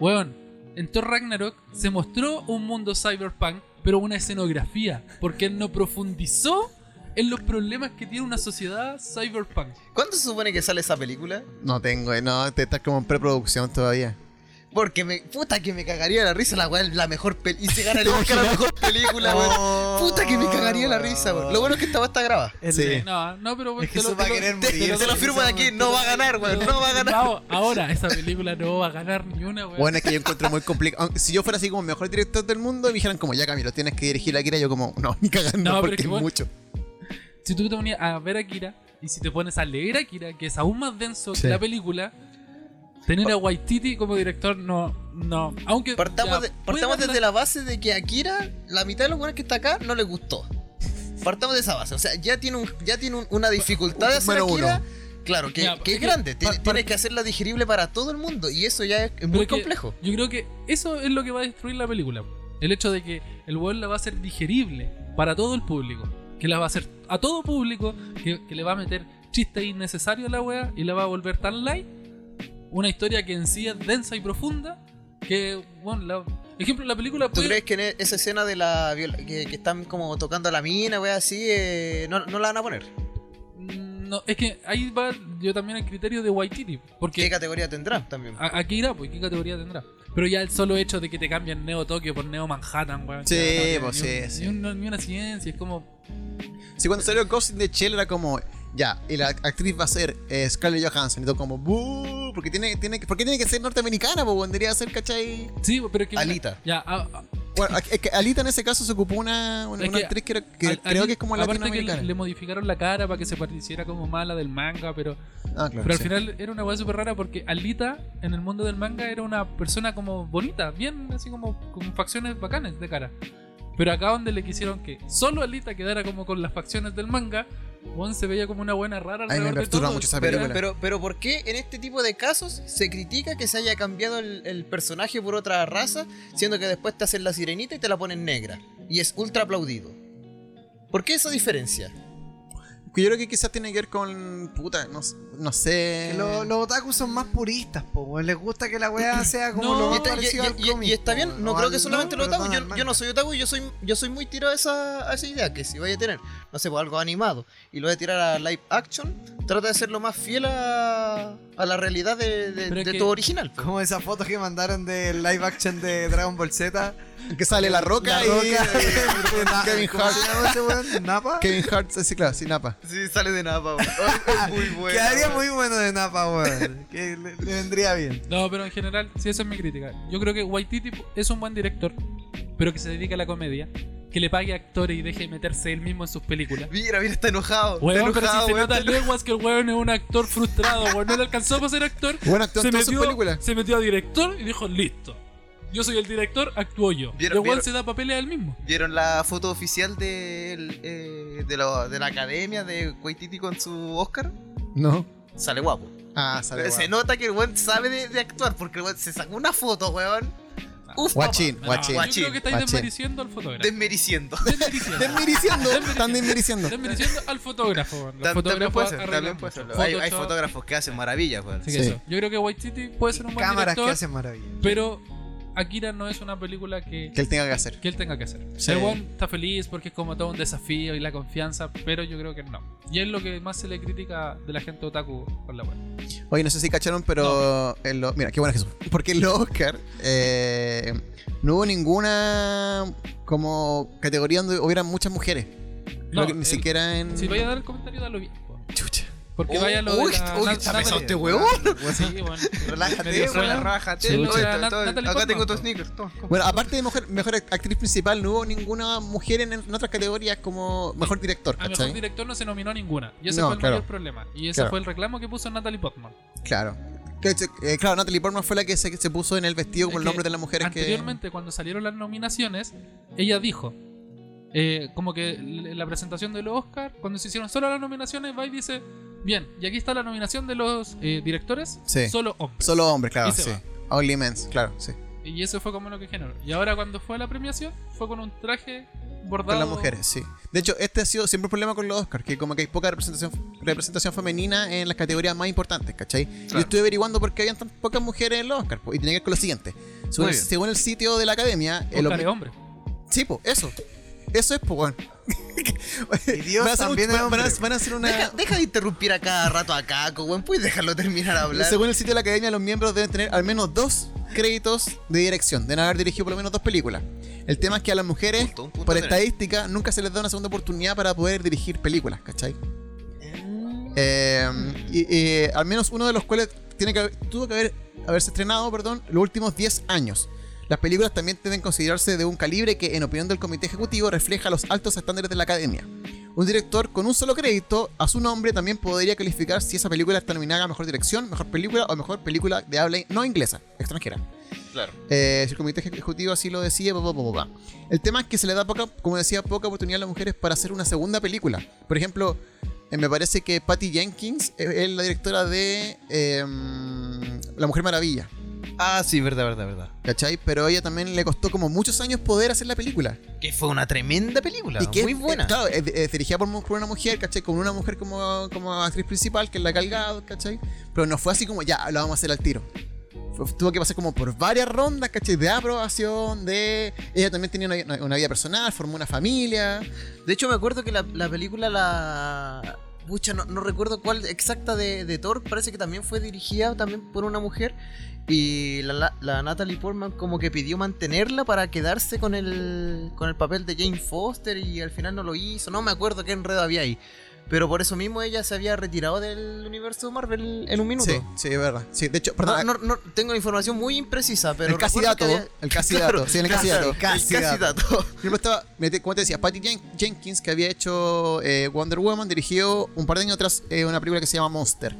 Weón, en Thor Ragnarok se mostró un mundo Cyberpunk, pero una escenografía, porque él no profundizó en los problemas que tiene una sociedad Cyberpunk. ¿Cuándo se supone que sale esa película? No tengo, eh, no, te estás como en preproducción todavía. Porque me. Puta que me cagaría la risa la weá, la mejor película. Y se gana el Oscar a la mejor película, weón. Oh. Puta que me cagaría la risa, weón. Lo bueno es que esta weá está grabada. El- Sí. No, no, pero weón, Es que eso va a querer Te, morir. te lo firmo de aquí, no va a ganar, weón. No va a ganar. Vamos, ahora esa película no va a ganar ni una, weón. Bueno, es que yo encuentro muy complicado. Si yo fuera así como mejor director del mundo, me dijeran como, ya Camilo, tienes que dirigir Akira. Yo como, no, ni cagando, No, pero porque es que es bueno. mucho. si tú te ponías a ver Akira y si te pones a leer Akira, que es aún más denso Sí. que la película, tener a Waititi como director no. no. Aunque. Partamos, ya, de- puede partamos ganar- desde la base de que a Akira, la mitad de los buenos que está acá, no le gustó. Partamos de esa base. O sea, ya tiene, un, ya tiene un- una dificultad de hacer Número Akira. Claro, que, Ya, que es es que grande. Tiene- par- par- Tienes que hacerla digerible para todo el mundo. Y eso ya es pero muy es que complejo. Yo creo que eso es lo que va a destruir la película. El hecho de que el weón la va a hacer digerible para todo el público. Que la va a hacer a todo público. Que, que le va a meter chistes innecesarios a la wea y la va a volver tan light. Una historia que en sí es densa y profunda. Que, bueno, la, ejemplo, la película ¿Tú puede. crees que en e-, esa escena de la viola- que, que están como tocando a la mina, wey, así, eh, no, no la van a poner? No, es que ahí va yo también el criterio de Waititi. ¿Qué, Porque categoría tendrá también? a, a qué irá, pues, qué categoría tendrá. Pero ya el solo hecho de que te cambien Neo Tokio por Neo Manhattan, weón. Sí, ya no tiene pues, ni un- sí, ni sí. una- ni una ciencia, es como. Si cuando salió Ghost in the Shell era como, ya, y la actriz va a ser eh, Scarlett Johansson. Y todo como, "Bú", porque tiene, tiene, que- ¿por qué tiene que ser norteamericana? Pues debería ser, ¿cachai? Sí, pero es que. mira, Alita. Ya, a- a- Bueno, es que Alita en ese caso se ocupó una, una, Es una que actriz que, era- que al- creo al- que es como aparte que latinoamericana. le, le modificaron la cara para que se pareciera como mala del manga, pero. ah, claro, pero al sí. final era una weá súper rara porque Alita en el mundo del manga era una persona como bonita, bien así como con facciones bacanas de cara. Pero acá donde le quisieron que solo Alita quedara como con las facciones del manga, Bon se veía como una buena rara. me alrededor de perturba todo. mucho esa Pero, película. pero, pero ¿por qué en este tipo de casos se critica que se haya cambiado el, el personaje por otra raza, siendo que después te hacen la sirenita y te la ponen negra? Y es ultra aplaudido. ¿Por qué esa diferencia? Que Yo creo que quizás tiene que ver con. Puta, no, s- no sé. Que lo- los otakus son más puristas, po. weón. Les gusta que la weá sea como No, lo Y más está, y- parecido al y- y- cómic, y está bien, po, no o creo al- que solamente no, los otaku. perdón, Yo, al yo no manga. soy otaku, yo soy, yo soy muy tirado a esa, a esa idea, que si vaya a tener, no sé, pues, algo animado y lo voy a tirar a live action, trata de ser lo más fiel a, a la realidad de, de- Pero es de que- tu original. Como esa foto que mandaron del live action de Dragon Ball Z. Que sale la roca La y. Roca. Na- Kevin ¿cómo Hart. se llama ese weón? ¿Napa? Kevin Hart, sí, claro, sí, Napa. Sí, sale de nada, muy bueno. Quedaría muy bueno de Napa, weón. Que le, le vendría bien. No, pero en general, sí, esa es mi crítica. Yo creo que Waititi es un buen director, pero que se dedica a la comedia, que le pague a actores y deje meterse él mismo en sus películas. Mira, mira, está enojado. Weón, está pero si enojado, se weón. nota leguas que el weón es un actor frustrado, weón, no le alcanzó para ser actor. Bueno, actuó se, en todas sus metió, películas. se metió a director y dijo, listo. Yo soy el director, actúo yo. Y el Vieron- weón vieron- se da papeles a él mismo. ¿Vieron la foto oficial del, eh, de, la- de la academia de Waititi con su Oscar? No. Sale guapo. Ah, sale. se guau. nota que el weón sabe de, de actuar porque el weón se sacó una foto, weón. Ah. Uf, Guachín, No, guachín. Yo creo que estáis Guachín. desmereciendo al papá, fotógrafo. Desmericiendo. Desmereciendo. Desmericiando, están desmericiando. Desmereciendo al fotógrafo, weón. Los Tam- También fotógrafos puede ser, arreglan también puede ser. mucho. Hay, hay Photoshop. fotógrafos que hacen maravillas, weón. Así que Sí. eso. Yo creo que Waititi puede ser un buen Cámaras director. que hacen maravilla. Pero Akira no es una película que, que él tenga que hacer. que él tenga que hacer. Sí. El weón está feliz porque es como todo un desafío y la confianza, pero yo creo que no. Y es lo que más se le critica de la gente otaku por la web. Oye, no sé si cacharon, pero. en lo- mira, qué bueno Jesús. Porque en los Oscar eh, no hubo ninguna como categoría donde hubieran muchas mujeres. No, Lo que ni el- siquiera en. Si vaya a dar el comentario, dalo bien. po. Chucha. Porque vaya lo uy, de la, uy, Nat- está Natalie- pesado este Sí, huevón. weón. Relájate, Medio weón, suena. relájate. Sí, no, mucha- esto- Nat- todo- Natalie acá Portman, tengo po. tus sneakers. toma, compra. Bueno, aparte de mujer, mejor actriz principal, no hubo ninguna mujer en, en otras categorías como mejor director, A ¿cachai? mejor director no se nominó ninguna. Y ese No, fue el claro. mayor problema. Y ese Claro. fue el reclamo que puso Natalie Portman. Claro. Que hecho, eh, claro, Natalie Portman fue la que se, se puso en el vestido como Es el que nombre de las mujeres Anteriormente, cuando salieron las nominaciones, ella dijo. eh, como que l- la presentación de los Oscar, cuando se hicieron solo las nominaciones, va y dice: Bien, y aquí está la nominación de los eh, directores, Sí. solo hombres. que. Solo Y hombres, claro, se sí. va. Only men's, claro, sí. Y eso fue como lo que generó. Y ahora, cuando fue a la premiación, fue con un traje bordado. Con las mujeres, sí. De hecho, este ha sido siempre el problema con los Oscars, que como que hay poca representación, representación femenina en las categorías más importantes, ¿cachai? Yo estuve averiguando por qué habían tan pocas mujeres en los Oscars, po, y tenía que ver con lo siguiente. Según, Muy el, bien. según el sitio de la academia, el Oscar opi- es hombre. Sí, po, eso. Eso es, po, weón. Y Dios van, a hacer un- también es van- van a- hombre. van a hacer una. Deja, deja de interrumpir a cada rato a Caco, weón. Puedes dejarlo terminar de hablar. Según el sitio de la academia, los miembros deben tener al menos dos créditos de dirección. Deben haber dirigido por lo menos dos películas. El tema es que a las mujeres, Punto, un punto por tenés. estadística, nunca se les da una segunda oportunidad para poder dirigir películas, ¿cachai? Eh, y, y al menos uno de los cuales tiene que haber- tuvo que haber, haberse estrenado perdón, los últimos 10 años. Las películas también deben considerarse de un calibre que, en opinión del comité ejecutivo, refleja los altos estándares de la academia. Un director con un solo crédito a su nombre también podría calificar si esa película está nominada a mejor dirección, mejor película o mejor película de habla in- no inglesa, extranjera. Claro. Eh, si el comité ejecutivo así lo decide, pa, pa, pa, pa, pa. el tema es que se le da poca, como decía, poca oportunidad a las mujeres para hacer una segunda película. Por ejemplo, eh, me parece que Patty Jenkins es, es la directora de eh, La Mujer Maravilla, Ah, sí, verdad, verdad, verdad. ¿cachai? Pero a ella también le costó como muchos años poder hacer la película. Que fue una tremenda película. y que muy es- buena. eh, claro, es, es dirigida por, mu- por una mujer, ¿cachai? Con una mujer como, como actriz principal, que es la Calgado, ¿cachai? Pero no fue así como, ya, lo vamos a hacer al tiro. Fue- Tuvo que pasar como por varias rondas, ¿cachai? De aprobación, de... Ella también tenía una, una- una vida personal, formó una familia. De hecho, me acuerdo que la, la película la. Pucha, no, no recuerdo cuál exacta de, de Thor, parece que también fue dirigida también por una mujer. Y la, la- la Natalie Portman como que pidió mantenerla para quedarse con el, con el papel de Jane Foster y al final no lo hizo. No me acuerdo qué enredo había ahí. Pero por eso mismo ella se había retirado del universo Marvel en un minuto. Sí, sí, es verdad. Sí, de hecho, perdón, No, no- no- tengo la información muy imprecisa, pero. el casi recuerdo que dato, había- el casi Claro, dato, sí, en el casi dato. el casi dato. Yo lo estaba, me te- como te decía, Patty Jen- Jenkins, que había hecho eh, Wonder Woman, dirigió un par de años atrás eh, una película que se llama Monster.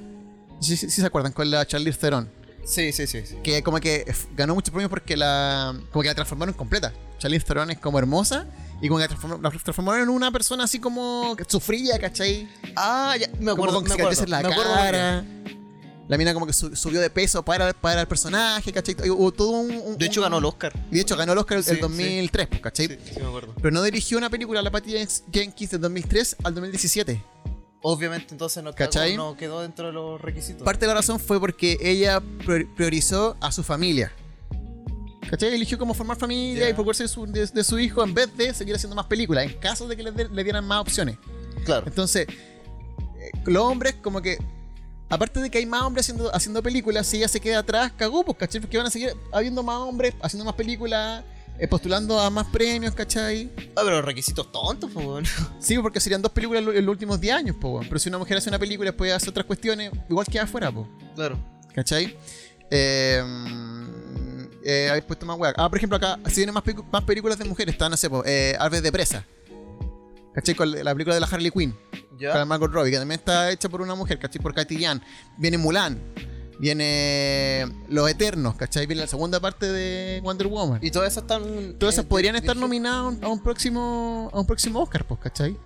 Sí, sí, sí se acuerdan, con la Charlize Theron. Sí, sí, sí. sí. que como que f- ganó muchos premios porque la como que la transformaron completa. Charlize Theron es como hermosa y como que la transformaron, la transformaron en una persona así como que sufría, ¿cachai? Ah, ya, me acuerdo. como me con acuerdo, cicatrices en la me acuerdo muy bien. cara. La mina como que su- subió de peso para, para el personaje, ¿cachai? Hubo todo un, un- De hecho, ganó el Oscar. un- de hecho ganó el Oscar el, Sí, el 2003, pues, ¿cachai? me acuerdo. Pero no dirigió una película, la Patty Jen- Jenkins, del 2003 al 2017. Obviamente, entonces no, ¿Cachai? quedó, no quedó dentro de los requisitos. Parte de la razón fue porque ella prior- priorizó a su familia. ¿Cachai? Eligió como formar familia Ya. y preocuparse de su, de, de su hijo en vez de seguir haciendo más películas, en caso de que le, de- le dieran más opciones. claro. Entonces, eh, los hombres como que... Aparte de que hay más hombres haciendo, haciendo películas, si ella se queda atrás, cagó, pues, ¿cachai? Porque van a seguir habiendo más hombres, haciendo más películas, eh, postulando a más premios, ¿cachai? Ah, pero los requisitos tontos, pues, weón. Sí, porque serían dos películas en lo- en los últimos 10 años, pues, Pero si una mujer hace una película y después hace otras cuestiones, igual queda afuera, pues. Claro. ¿Cachai? Eh, eh, habéis puesto más hueá. Ah, por ejemplo, acá si vienen más, picu- más películas de mujeres. Están, no sé, po, eh, Aves de Presa. ¿Cachai? Con la película de la Harley Quinn. Para Ya. Margot Robbie, que también está hecha por una mujer, ¿cachai? Por Katy Jan. Viene Mulan. Viene Los Eternos, ¿cachai? Viene la segunda parte de Wonder Woman. Y todas esas están. Todas esas eh, podrían dir- estar dirigi- nominadas a un- a un próximo a un próximo Oscar, pues, ¿cachai?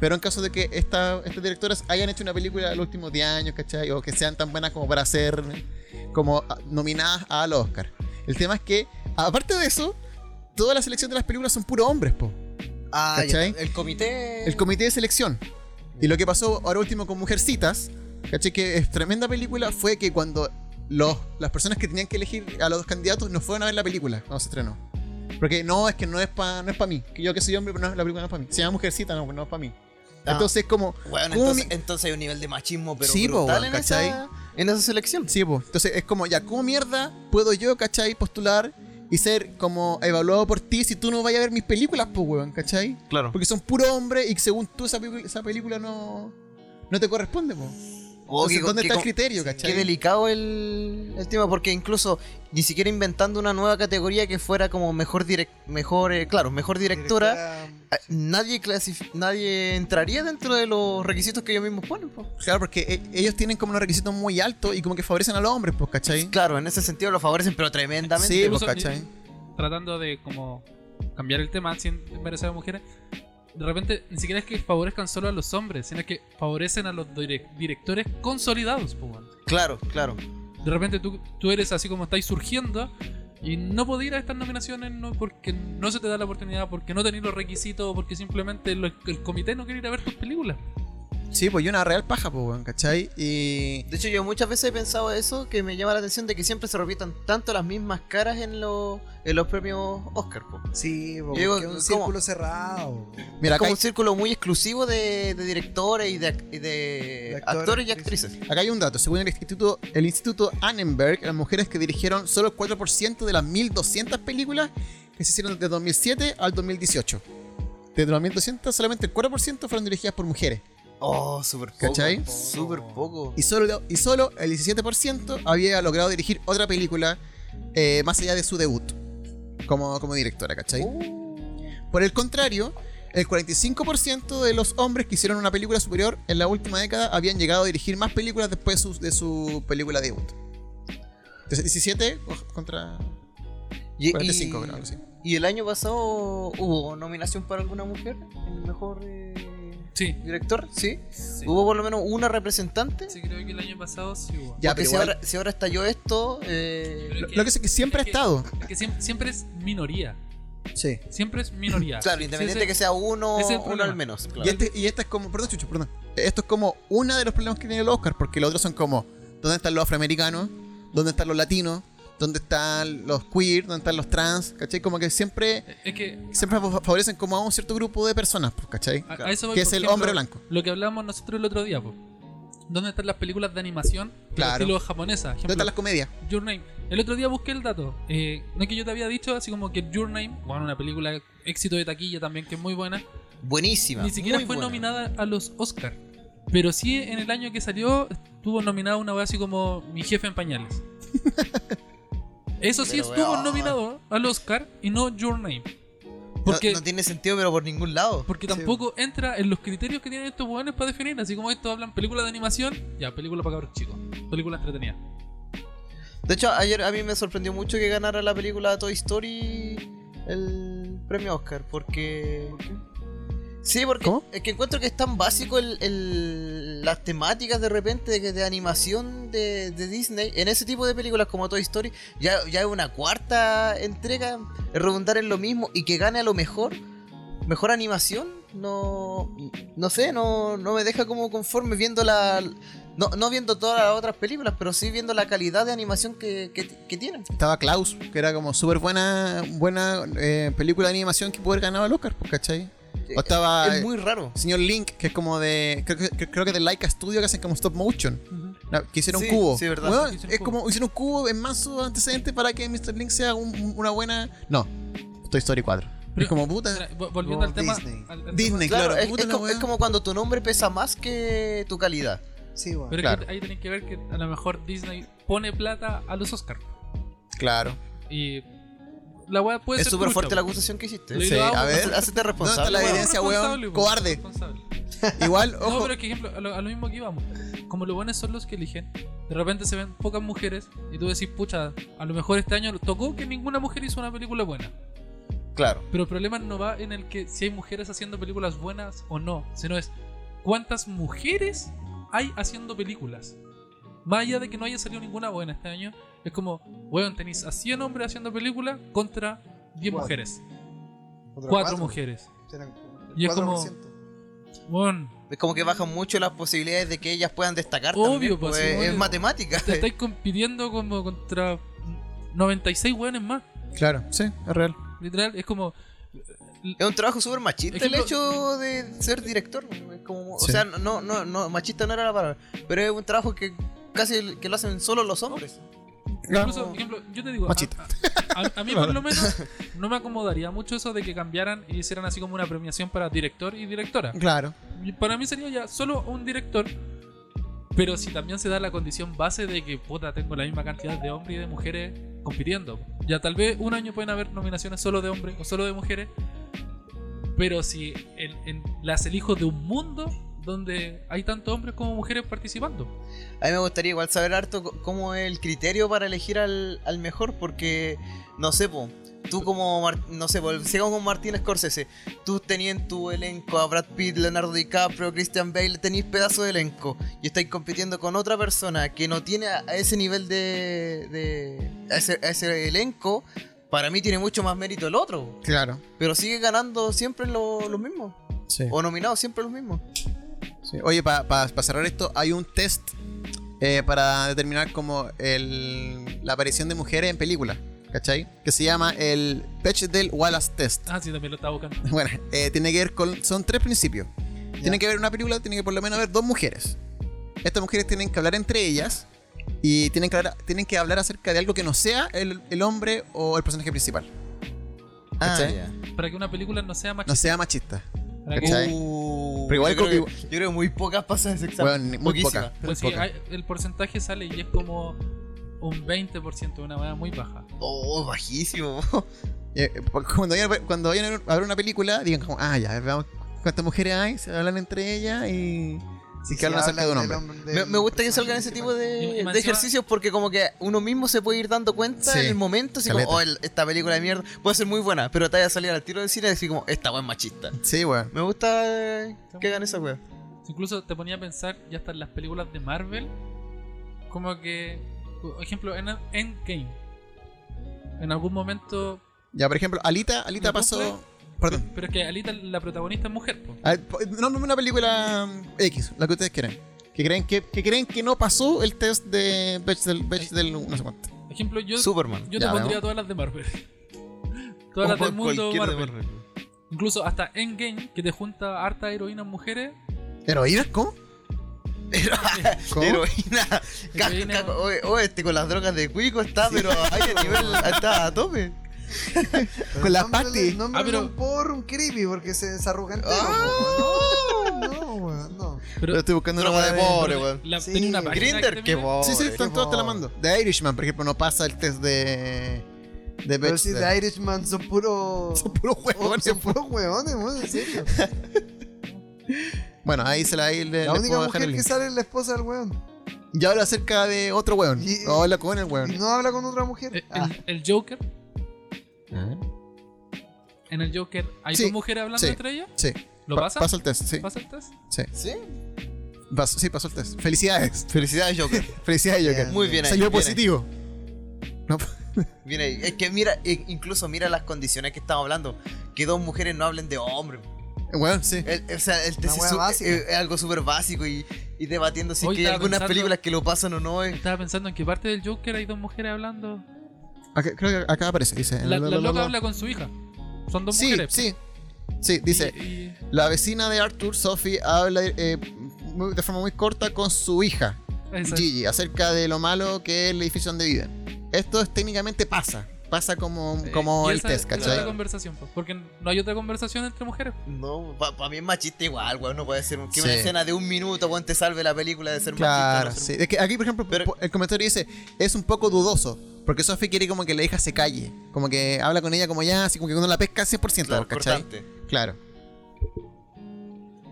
Pero en caso de que esta- estas directoras hayan hecho una película en los últimos 10 años, ¿cachai? O que sean tan buenas como para ser como ah, nominadas al Oscar. El tema es que, aparte de eso, toda la selección de las películas son puros hombres, po. Ah, ya. ¿Cachai? El comité. El comité de selección. Y lo que pasó ahora último con Mujercitas, ¿cachai? Que es tremenda película, fue que cuando los, las personas que tenían que elegir a los dos candidatos no fueron a ver la película cuando se estrenó. Porque no, es que no es para no es pa mí. Que yo que soy hombre, pero no, la película no es para mí. Se llama Mujercita, no, no es para mí. Ah. Entonces, como. Bueno, ¿cómo entonces, mi- entonces hay un nivel de machismo, pero Sí, po, brutal weón, en, esa, en esa selección. Sí, pues. Entonces es como, ya, ¿cómo mierda puedo yo, cachai, postular y ser como evaluado por ti si tú no vayas a ver mis películas, pues, weón, cachai? Claro. Porque son puro hombre y que según tú esa, pelicu- esa película no, no te corresponde, pues. Entonces, ¿Dónde está el criterio, Oh, Qué cachai? delicado el, el tema, porque incluso ni siquiera inventando una nueva categoría que fuera como mejor direc mejor, eh, claro, mejor directora, eh, nadie clasif- nadie entraría dentro de los requisitos que ellos mismos ponen. po. Claro, porque e- ellos tienen como unos requisitos muy altos y como que favorecen a los hombres, pues, cachai. Claro, en ese sentido lo favorecen, pero tremendamente. Sí, po. pues, cachai. tratando de como cambiar el tema sin embarazar a mujeres, de repente ni siquiera es que favorezcan solo a los hombres, sino que favorecen a los direc- directores consolidados. po, weón. Claro, claro. De repente tú, tú eres así como estáis surgiendo y no podés ir a estas nominaciones no, porque no se te da la oportunidad, porque no tenés los requisitos, o porque simplemente lo- el comité no quiere ir a ver tus películas. Sí, pues, y una real paja, pues, weón, cachai. Y. De hecho, yo muchas veces he pensado eso, que me llama la atención de que siempre se repitan tanto las mismas caras en, los en los premios Oscar. po. Sí, Yo po, digo, porque es un ¿cómo? círculo cerrado. Mira, es como acá, un círculo muy exclusivo de, de directores y de, ac- y de actores, actores y actrices. hay- acá hay un dato. Según el instituto, el instituto Annenberg, las mujeres que dirigieron solo el 4% de las 1200 películas que se hicieron desde 2007 al 2018. De las 1200, solamente el 4% fueron dirigidas por mujeres. Oh, súper poco. ¿Cachai? Súper poco. Y solo, y solo el 17% había logrado dirigir otra película eh, más allá de su debut como, como directora, ¿cachai? Oh. Por el contrario, el 45% de los hombres que hicieron una película superior en la última década habían llegado a dirigir más películas después de su, de su película debut. Entonces, 17 co- contra Y, 45, y- creo, algo así. y el año pasado hubo nominación para alguna mujer en mejor eh, Sí. director, ¿sí? sí. Hubo por lo menos una representante. Sí, creo que el año pasado sí hubo. Ya, porque pero si, igual- ahora, si ahora estalló esto, eh, Pero Lo, lo que sé que siempre ha estado. Es que siem- siempre es minoría. Sí. Siempre es minoría. claro, independiente que sea uno, ese es el uno al problema. menos. claro. Y, este, y esta es como. Perdón, Chucho, perdón. Esto es como uno de los problemas que tiene el Oscar, porque los otros son como: ¿dónde están los afroamericanos? ¿Dónde están los latinos? ¿Dónde están los queer? ¿Dónde están los trans? ¿Cachai? Como que siempre, Es que siempre fa- favorecen como a un cierto grupo de personas, pues, ¿cachai? a, a eso voy, Que es por el ejemplo, hombre blanco. Lo que hablábamos nosotros el otro día, po. ¿Dónde están las películas de animación? pero Claro. Estilo japonesa. ¿Dónde Ejemplo, están las comedias? Your Name. El otro día busqué el dato. Eh, no es que yo te había dicho, así como que Your Name, bueno, una película éxito de taquilla también que es muy buena, Buenísima. ni siquiera muy fue buena. nominada a los Oscar. Pero sí en el año que salió estuvo nominada una vez así como Mi jefe en pañales. Eso sí Pero, estuvo weón. nominado al Oscar y no Your Name. Porque, No, no tiene sentido, pero por ningún lado. porque tampoco entra en los criterios que tienen estos hueones para definir. Así como estos hablan películas de animación, ya, película para cabros chicos, película entretenida. De hecho, ayer a mí me sorprendió mucho que ganara la película Toy Story el premio Oscar, porque... Sí, porque ¿Cómo? es que encuentro que es tan básico el, el- las temáticas de repente de, que- de animación de, de Disney. En ese tipo de películas como Toy Story, ya, ya es una cuarta entrega, es redundar en lo mismo y que gane a lo mejor, mejor animación, no, no sé, no, no me deja como conforme viendo la... No, no viendo todas las otras películas, pero sí viendo la calidad de animación que, que, que tienen. Estaba Klaus, que era como súper buena, buena eh, película de animación que pudo haber ganado el Oscar, pues, ¿cachai? O estaba es eh, muy raro. Señor Link, que es como de. Creo que, creo que de Laika Studio que hacen como stop motion. La- que hicieron Sí, un cubo. sí, verdad. Weón, Que hicieron es cubo. como hicieron un cubo en más su antecedente para que Mr. Link sea un- un- una buena. No, Toy Story 4. Pero- es como puta. Mira, vo- Volviendo No, al tema. Disney. al- al tema- Disney, Claro, claro. es, puta es la como, weá. es como cuando tu nombre pesa más que tu calidad. Sí, bueno. Pero es Claro. que ahí tenéis que ver que a lo mejor Disney pone plata a los Oscars. Claro. Y la weá puede Es ser. súper trucha, fuerte la weón. acusación que hiciste. Lo Sí, íbamos a a ver. Hacete responsable. la weón. evidencia? Responsable, weón, po, cobarde. responsable. Igual, No, ojo. pero es que ejemplo, a lo, a lo mismo que íbamos. Como los buenos son los que eligen, de repente se ven pocas mujeres y tú decís, pucha, a lo mejor este año tocó que ninguna mujer hizo una película buena. Claro. Pero el problema no va en el que si hay mujeres haciendo películas buenas o no, sino es cuántas mujeres hay haciendo películas. Más allá de que no haya salido ninguna buena este año, es como, weón, tenéis a 100 hombres haciendo películas contra 10 Cuatro. mujeres, Otra 4 mujeres. Serán Y es como- 4%. Bueno, Es como que bajan mucho las posibilidades de que ellas puedan destacar. Obvio, también, pues, pues, sí, es, obvio. matemática. te estáis compitiendo como contra 96 weones más. Claro, sí, es real. Literal, es como. Es un trabajo súper machista el Ejemplo- hecho de ser director. pues, es como- Sí. O sea, no, no, no, machista no era la palabra. Pero es un trabajo que casi que lo hacen solo los hombres. Incluso, por ejemplo, yo te digo. a- Machista. A, a- a mí, por lo menos, no me acomodaría mucho eso de que cambiaran y hicieran así como una premiación para director y directora. Claro. Y Para mí sería ya solo un director. Pero si también se da la condición base de que, puta, tengo la misma cantidad de hombres y de mujeres compitiendo. Ya tal vez un año pueden haber nominaciones solo de hombres o solo de mujeres. Pero si el- en- las elijo de un mundo donde hay tanto hombres como mujeres participando. A mí me gustaría igual saber harto co- cómo es el criterio para elegir al, al mejor, porque no sé, po, tú como, Mar- no sé, po, sigamos con Martín Scorsese, tú tenías en tu elenco a Brad Pitt, Leonardo DiCaprio, Christian Bale, tenéis pedazo de elenco y estáis compitiendo con otra persona que no tiene a a ese nivel de. de a, ese, a ese elenco, para mí tiene mucho más mérito el otro, Claro. pero sigue ganando siempre lo- los mismos, Sí. o nominados siempre los mismos. Sí. Oye, para cerrar esto, hay un test eh, para determinar como el, la aparición de mujeres en películas, ¿cachai? Que se llama el Bechdel Wallace Test. Ah, sí, también lo estaba buscando. Bueno, eh, tiene que ver con... Son tres principios. Tiene que haber una película, tiene que por lo menos haber dos mujeres. Estas mujeres tienen que hablar entre ellas y tienen que hablar, tienen que hablar acerca de algo que no sea el, el hombre o el personaje principal. ¿Cachai? Ah, ya. Para que una película no sea machista. No sea machista. Para que- ¿Cachai? Uh, Pero igual yo, creo creo que, yo creo que muy pocas pasan ese Bueno, examen. ni- muy Poquísimas. poca. Pues sí, Muy poca. hay- el porcentaje sale y es como un 20%, una manera muy baja. Oh, bajísimo. Eh, porque cuando vayan, cuando vayan a ver- a ver una película, digan como, ah, ya, a ver, veamos cuántas mujeres hay, se hablan entre ellas y... Sí, que hablan acerca de un del hombre. hombre- del Me, me gusta que salgan ese personaje tipo Y- y de, más encima- de ejercicios porque como que uno mismo se puede ir dando cuenta Sí. en el momento, así como, Caleta. oh, el- esta película de mierda puede ser muy buena, pero te vaya a salir al tiro del cine y decir como, esta weá es machista. Sí, weón. Me gusta eh, que hagan esa weá. Incluso te ponía a pensar, ya hasta en las películas de Marvel, como que, por ejemplo, en Endgame, en algún momento... Ya, por ejemplo, Alita, Alita ¿Me pasó... Perdón. Pero es que Alita, la protagonista es mujer. po. A ver, po- nómbrame una película mm, X, la que ustedes quieran. Que creen que, que creen que no pasó el test de Bechdel, Bechdel no sé cuánto. Ejemplo, yo, Superman. yo te Ya, pondría veamos. todas las de Marvel. todas las O del mundo cualquier de Marvel. Incluso hasta Endgame, que te junta harta heroínas mujeres. ¿Heroínas? ¿Cómo? ¿Cómo? Heroína. Ca- Heroína. ca- Oye, oye, este con las drogas de cuico está, pero ahí a nivel, está a tope. Pero Con la nómbrale- Patty. nómbrale Ah, pero- un porro, un creepy, porque se desarrugan. Ah. No, weón, no. Pero, Yo estoy buscando una Droga weá de de- pobre, pero weón. la- Sí. tenía una página que Grinder, te qué mira- pobre. Sí, sí, Qué están todas te la bobo. mando. The Oh, Irishman, por ejemplo, no pasa el test de. de Pero si Bechdel. The Irishman son puro. Son puros Oh, huevones. Son puros huevones, weón, en serio. Bueno, ahí se la ahí le, La le única puedo dejar el mujer que link. sale es la esposa del weón. Y habla acerca de otro weón. Y- O habla con el Y weón. no habla con otra mujer. eh, Ah, el, el Joker, en el Joker, ¿hay Sí, dos mujeres hablando sí. entre ellas? Sí. ¿Lo Pa- pasa? Pasa el test, sí. ¿Pasa el test? ¿Sí? Pasó- sí, pasó el test. Felicidades. Felicidades, Joker. Felicidades, Joker. Muy bien ahí. Salió bien ahí. positivo. No, Mira, es que mira, e- incluso mira las condiciones que estamos hablando. Que dos mujeres no hablen de hombre. weón, sí. El- o sea, el Una tesis wea su- eh, básica. es, es algo súper básico y, y debatiendo si Hoy es que hay estaba algunas pensando- películas que lo pasan o no. eh. Estaba pensando en que parte del Joker hay dos mujeres hablando. Acá- creo que acá aparece, dice. La, la Lo- lo- lo- loca lo- habla con su hija. Son dos Sí, mujeres. sí. Sí, dice. Y- y- La vecina de Arthur, Sophie, habla eh, muy- de forma muy corta con su hija, esa- Gigi, acerca de lo malo que es el edificio donde viven. Esto es- técnicamente pasa. Pasa como, eh, como y el esa test, Es la ¿cachai? conversación, pues, porque no hay otra conversación entre mujeres. No, para mí es machista igual, weón. No puede ser un- que una Sí. escena de un minuto, weón, te salve la película de ser Claro, machista. sí. Es que aquí, por ejemplo, Pero- po- el comentario dice, es un poco dudoso, porque Sophie quiere como que la hija se calle, como que habla con ella como ya, así como que uno la pesca 100%, Claro, ¿cachai? cortante. Claro.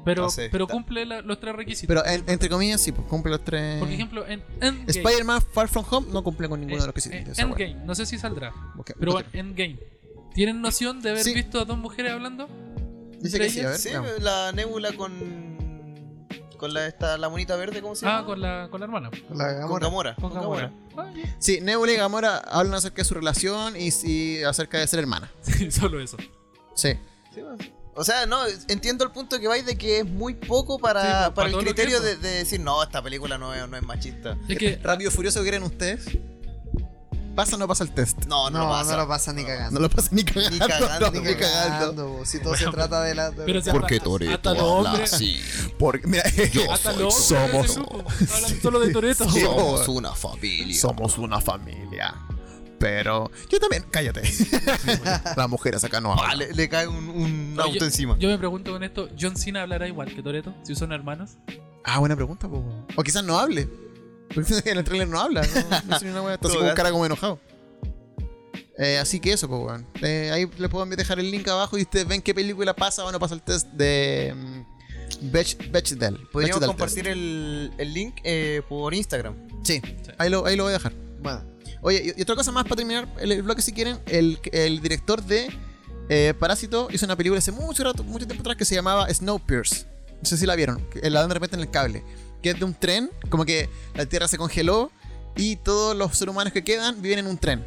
Pero, No sé, pero está- cumple la- los tres requisitos. Pero en- entre comillas, sí, pues cumple los tres... Por ejemplo, en Endgame. Spider-Man Far From Home no cumple eh, con ninguno de los que eh, sí. Endgame, no sé si saldrá. Pero Pero bueno, Endgame. ¿Tienen noción de haber Sí. visto a dos mujeres hablando? dice que sí, a ver. Sí, eh. veamos. la nébula con. con la, esta, la monita verde, ¿cómo se llama? Ah, con la, con la hermana. con la Con Gamora. Gamora. Con con Gamora. Gamora. Ah, ya. Sí, Nebula y Gamora hablan acerca de su relación y, y acerca de ser hermana. Sí, solo eso. Sí. Sí, weón. O sea, no, entiendo el punto que vais de que es muy poco para, Sí, pues, para para el todo lo que criterio es, de, de decir, no, esta película no es, no es machista. Es que Rápido Furioso, ¿qué creen ustedes? ¿Pasa o no pasa el test? No, no, No, lo pasa. no lo pasa ni cagando. No lo pasa ni cagando. Ni cagando, no, ni ni cagando. cagando, po, si todo se trata de la. de- Pero si Porque hasta- Toreto hasta los habla hombres- así. Porque, mira, Yo Hasta soy- los somos- somos. Hablan solo de Toreto. Sí. Somos una familia. somos una familia. Pero yo también, cállate. Las mujeres acá no Ah, hablan. le, le cae un, un No, auto encima. Yo me pregunto con esto, ¿John Cena hablará igual que Toreto? Si son hermanos. Ah, buena pregunta, po. O quizás no hable. Porque en el trailer no habla. No, no sé ni una wea. Está así con cara como enojado. Eh, así que eso, pues, weón. Eh, ahí les puedo dejar el link abajo y ustedes ven qué película pasa o no pasa el test de. mm, Bech, Bechdel. Podríamos Bechdel compartir el, el link eh, por Instagram. test. Sí, ahí lo, ahí lo voy a dejar. Bueno, Oye, y, y otra cosa más para terminar el, el bloque, si quieren. El, el director de eh, Parásito hizo una película hace mucho rato, mucho tiempo atrás que se llamaba Snowpiercer. No sé si la vieron, que la dan de repente en el cable. Que es de un tren, como que la tierra se congeló y todos los seres humanos que quedan viven en un tren.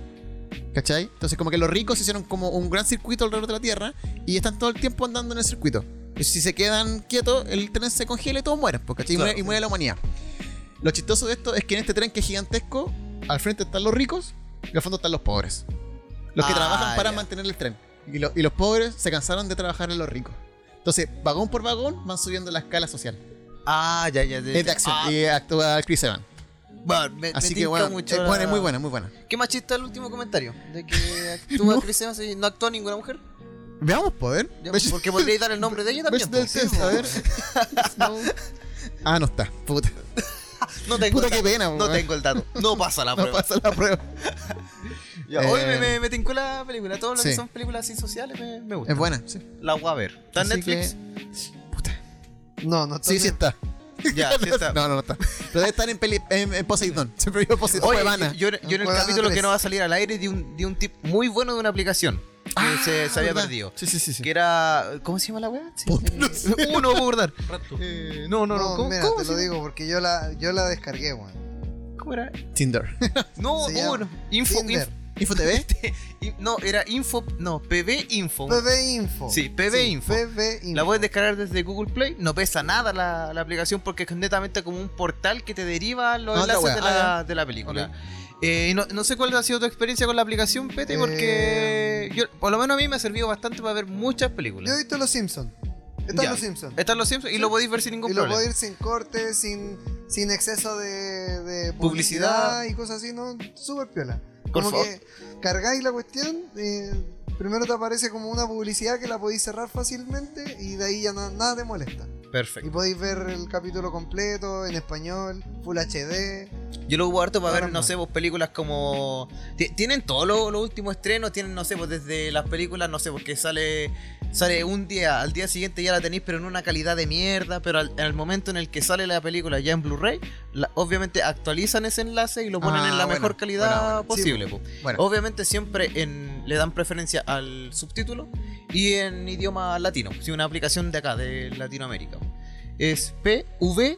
¿Cachai? Entonces, como que los ricos hicieron como un gran circuito alrededor de la tierra y están todo el tiempo andando en el circuito. Y si se quedan quietos, el tren se congela y todos mueren, pues, ¿cachai? Y muere- y muere la humanidad. Lo chistoso de esto es que en este tren que es gigantesco, al frente están los ricos y al fondo están los pobres. Los que Ah, trabajan para ya. mantener el tren. Y, lo- y los pobres se cansaron de trabajar en los ricos. Entonces, vagón por vagón van subiendo la escala social. Ah, ya, ya. ya, ya. Es de acción. Ah, Y actúa Chris Evans. bueno, me- me Así que tinca bueno, mucho eh, la- bueno, es muy buena, muy buena. ¿Qué machista el último comentario? De que actúa Chris Evans y no actuó ninguna mujer. Veamos poder. Ya, porque podríais dar el nombre de ella también. del pues, sí, test, pues. a ver. Snow- Ah, no está. Puta. No tengo, Puta el qué dato. pena, no weón. tengo el dato. No pasa la No prueba. pasa la prueba. Ya, Hoy Eh, me, me, me tincó la película. Todo lo que sí. son películas así sociales me, me gusta. Es buena, sí. La voy a ver. ¿Está en Así Netflix? no, no Sí, sí está. Ya, sí está. No, no, no está. Pero debe estar en, peli, en, en Poseidon. Siempre digo Poseidon. Oye, Cuevana. yo, yo en el Cuevana capítulo que tres. no va a salir al aire di un, di un tip muy bueno de una aplicación que se, se había Ah, ¿verdad? perdido. Sí, sí, sí. sí. Que era. ¿Cómo se llama la weá? Sí, Puta, eh, Uno, voy a acordar. Rato. Eh, no, no, no. ¿Cómo, mira, cómo te se- lo digo porque yo la, yo la descargué, weón. cómo era? Tinder. No, Se llama uno. Info, Tinder. inf- InfoTV. in- No, era Info. No, PB Info. PB Info. Sí, PB Info. PB Info. La puedes descargar desde Google Play, no pesa nada la, la aplicación porque es netamente como un portal que te deriva los Ah, otra enlaces wea. de la, de la película. Eh, y no, no sé cuál ha sido tu experiencia con la aplicación, Pete, porque Eh, yo, por lo menos a mí me ha servido bastante para ver muchas películas. Yo he visto Los Simpsons. Están Ya. Los Simpsons. Están los Simpsons y Sí. lo podéis ver sin ningún Y lo problema. puedo ir sin corte, sin, sin exceso de, Publicidad. de publicidad y cosas así, ¿no? Súper piola. Por Como favor. que cargáis la cuestión, eh, primero te aparece como una publicidad que la podéis cerrar fácilmente y de ahí ya na- nada te molesta. Y Perfecto. podéis ver el capítulo completo en español, Full HD. Yo lo uso harto para ver, Ahora no no. sé, pues, películas como... ti- Tienen todos los los últimos estrenos, tienen, no sé, pues desde las películas, no sé, porque sale sale un día, al día siguiente ya la tenéis, pero en una calidad de mierda, pero al, en el momento en el que sale la película ya en Blu-ray, la- obviamente actualizan ese enlace y lo ponen Ah, en la bueno, mejor calidad bueno, bueno, sí, posible. po. Bueno. Obviamente siempre en- le dan preferencia al subtítulo y en idioma latino, si una aplicación de acá, de Latinoamérica. Es PV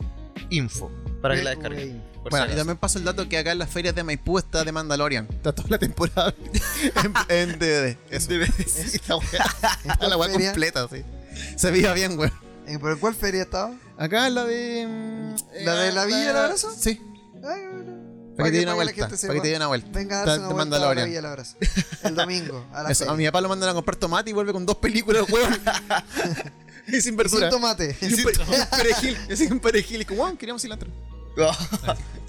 Info, para que la PV descarguen. Info. por si Bueno, y acaso. también paso el dato que acá en las ferias de Maipú está de Mandalorian. Está toda la temporada en, en DVD. Eso. Sí, la wea, está la wea feria? completa, sí. Se veía bien, weón. Eh, ¿Pero en cuál feria estaba? Acá la de. mm, ¿La de la Villa del Abrazo? Sí. Ay, bueno. Para que te dé una la vuelta. gente se Para que va- te dé una vuelta. Venga a Está- darse una de vuelta a la Mandalorian. Villa del Abrazo. El domingo, a la Eso, a mi feria. papá lo mandan a comprar tomate y vuelve con dos películas, weón. y sin verdura. Sin tomate. Y un, pere- y un perejil. Y así un perejil. Y como, wow, queríamos cilantro.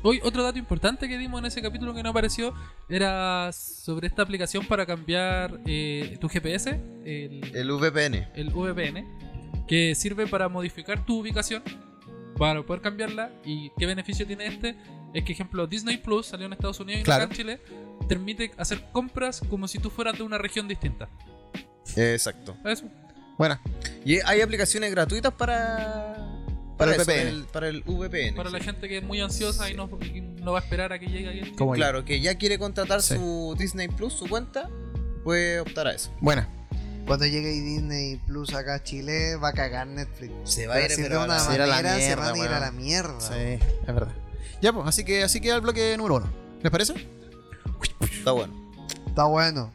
Hoy otro dato importante que dimos en ese capítulo que no apareció era sobre esta aplicación para cambiar eh, tu GPS, el, El VPN. el VPN, que sirve para modificar tu ubicación, para poder cambiarla. ¿Y qué beneficio tiene este? Es que, ejemplo, Disney Plus salió en Estados Unidos y no acá Claro. en Chile, permite hacer compras como si tú fueras de una región distinta. Exacto. Eso. Bueno, Y hay aplicaciones gratuitas para. Para el eso, VPN. para el VPN. Para la sí. gente que es muy ansiosa y no, y no va a esperar a que llegue alguien. como yo. Claro, que ya quiere contratar Sí. su Disney Plus, su cuenta, puede optar a eso. Buena. Cuando llegue Disney Plus acá a Chile, va a cagar Netflix. Se Pero si de una Se irá a la manera se mierda, van a ir a weón. la mierda. Sí, es verdad. Ya, pues, así que así queda el bloque número uno. ¿Les parece? Está bueno. Está bueno.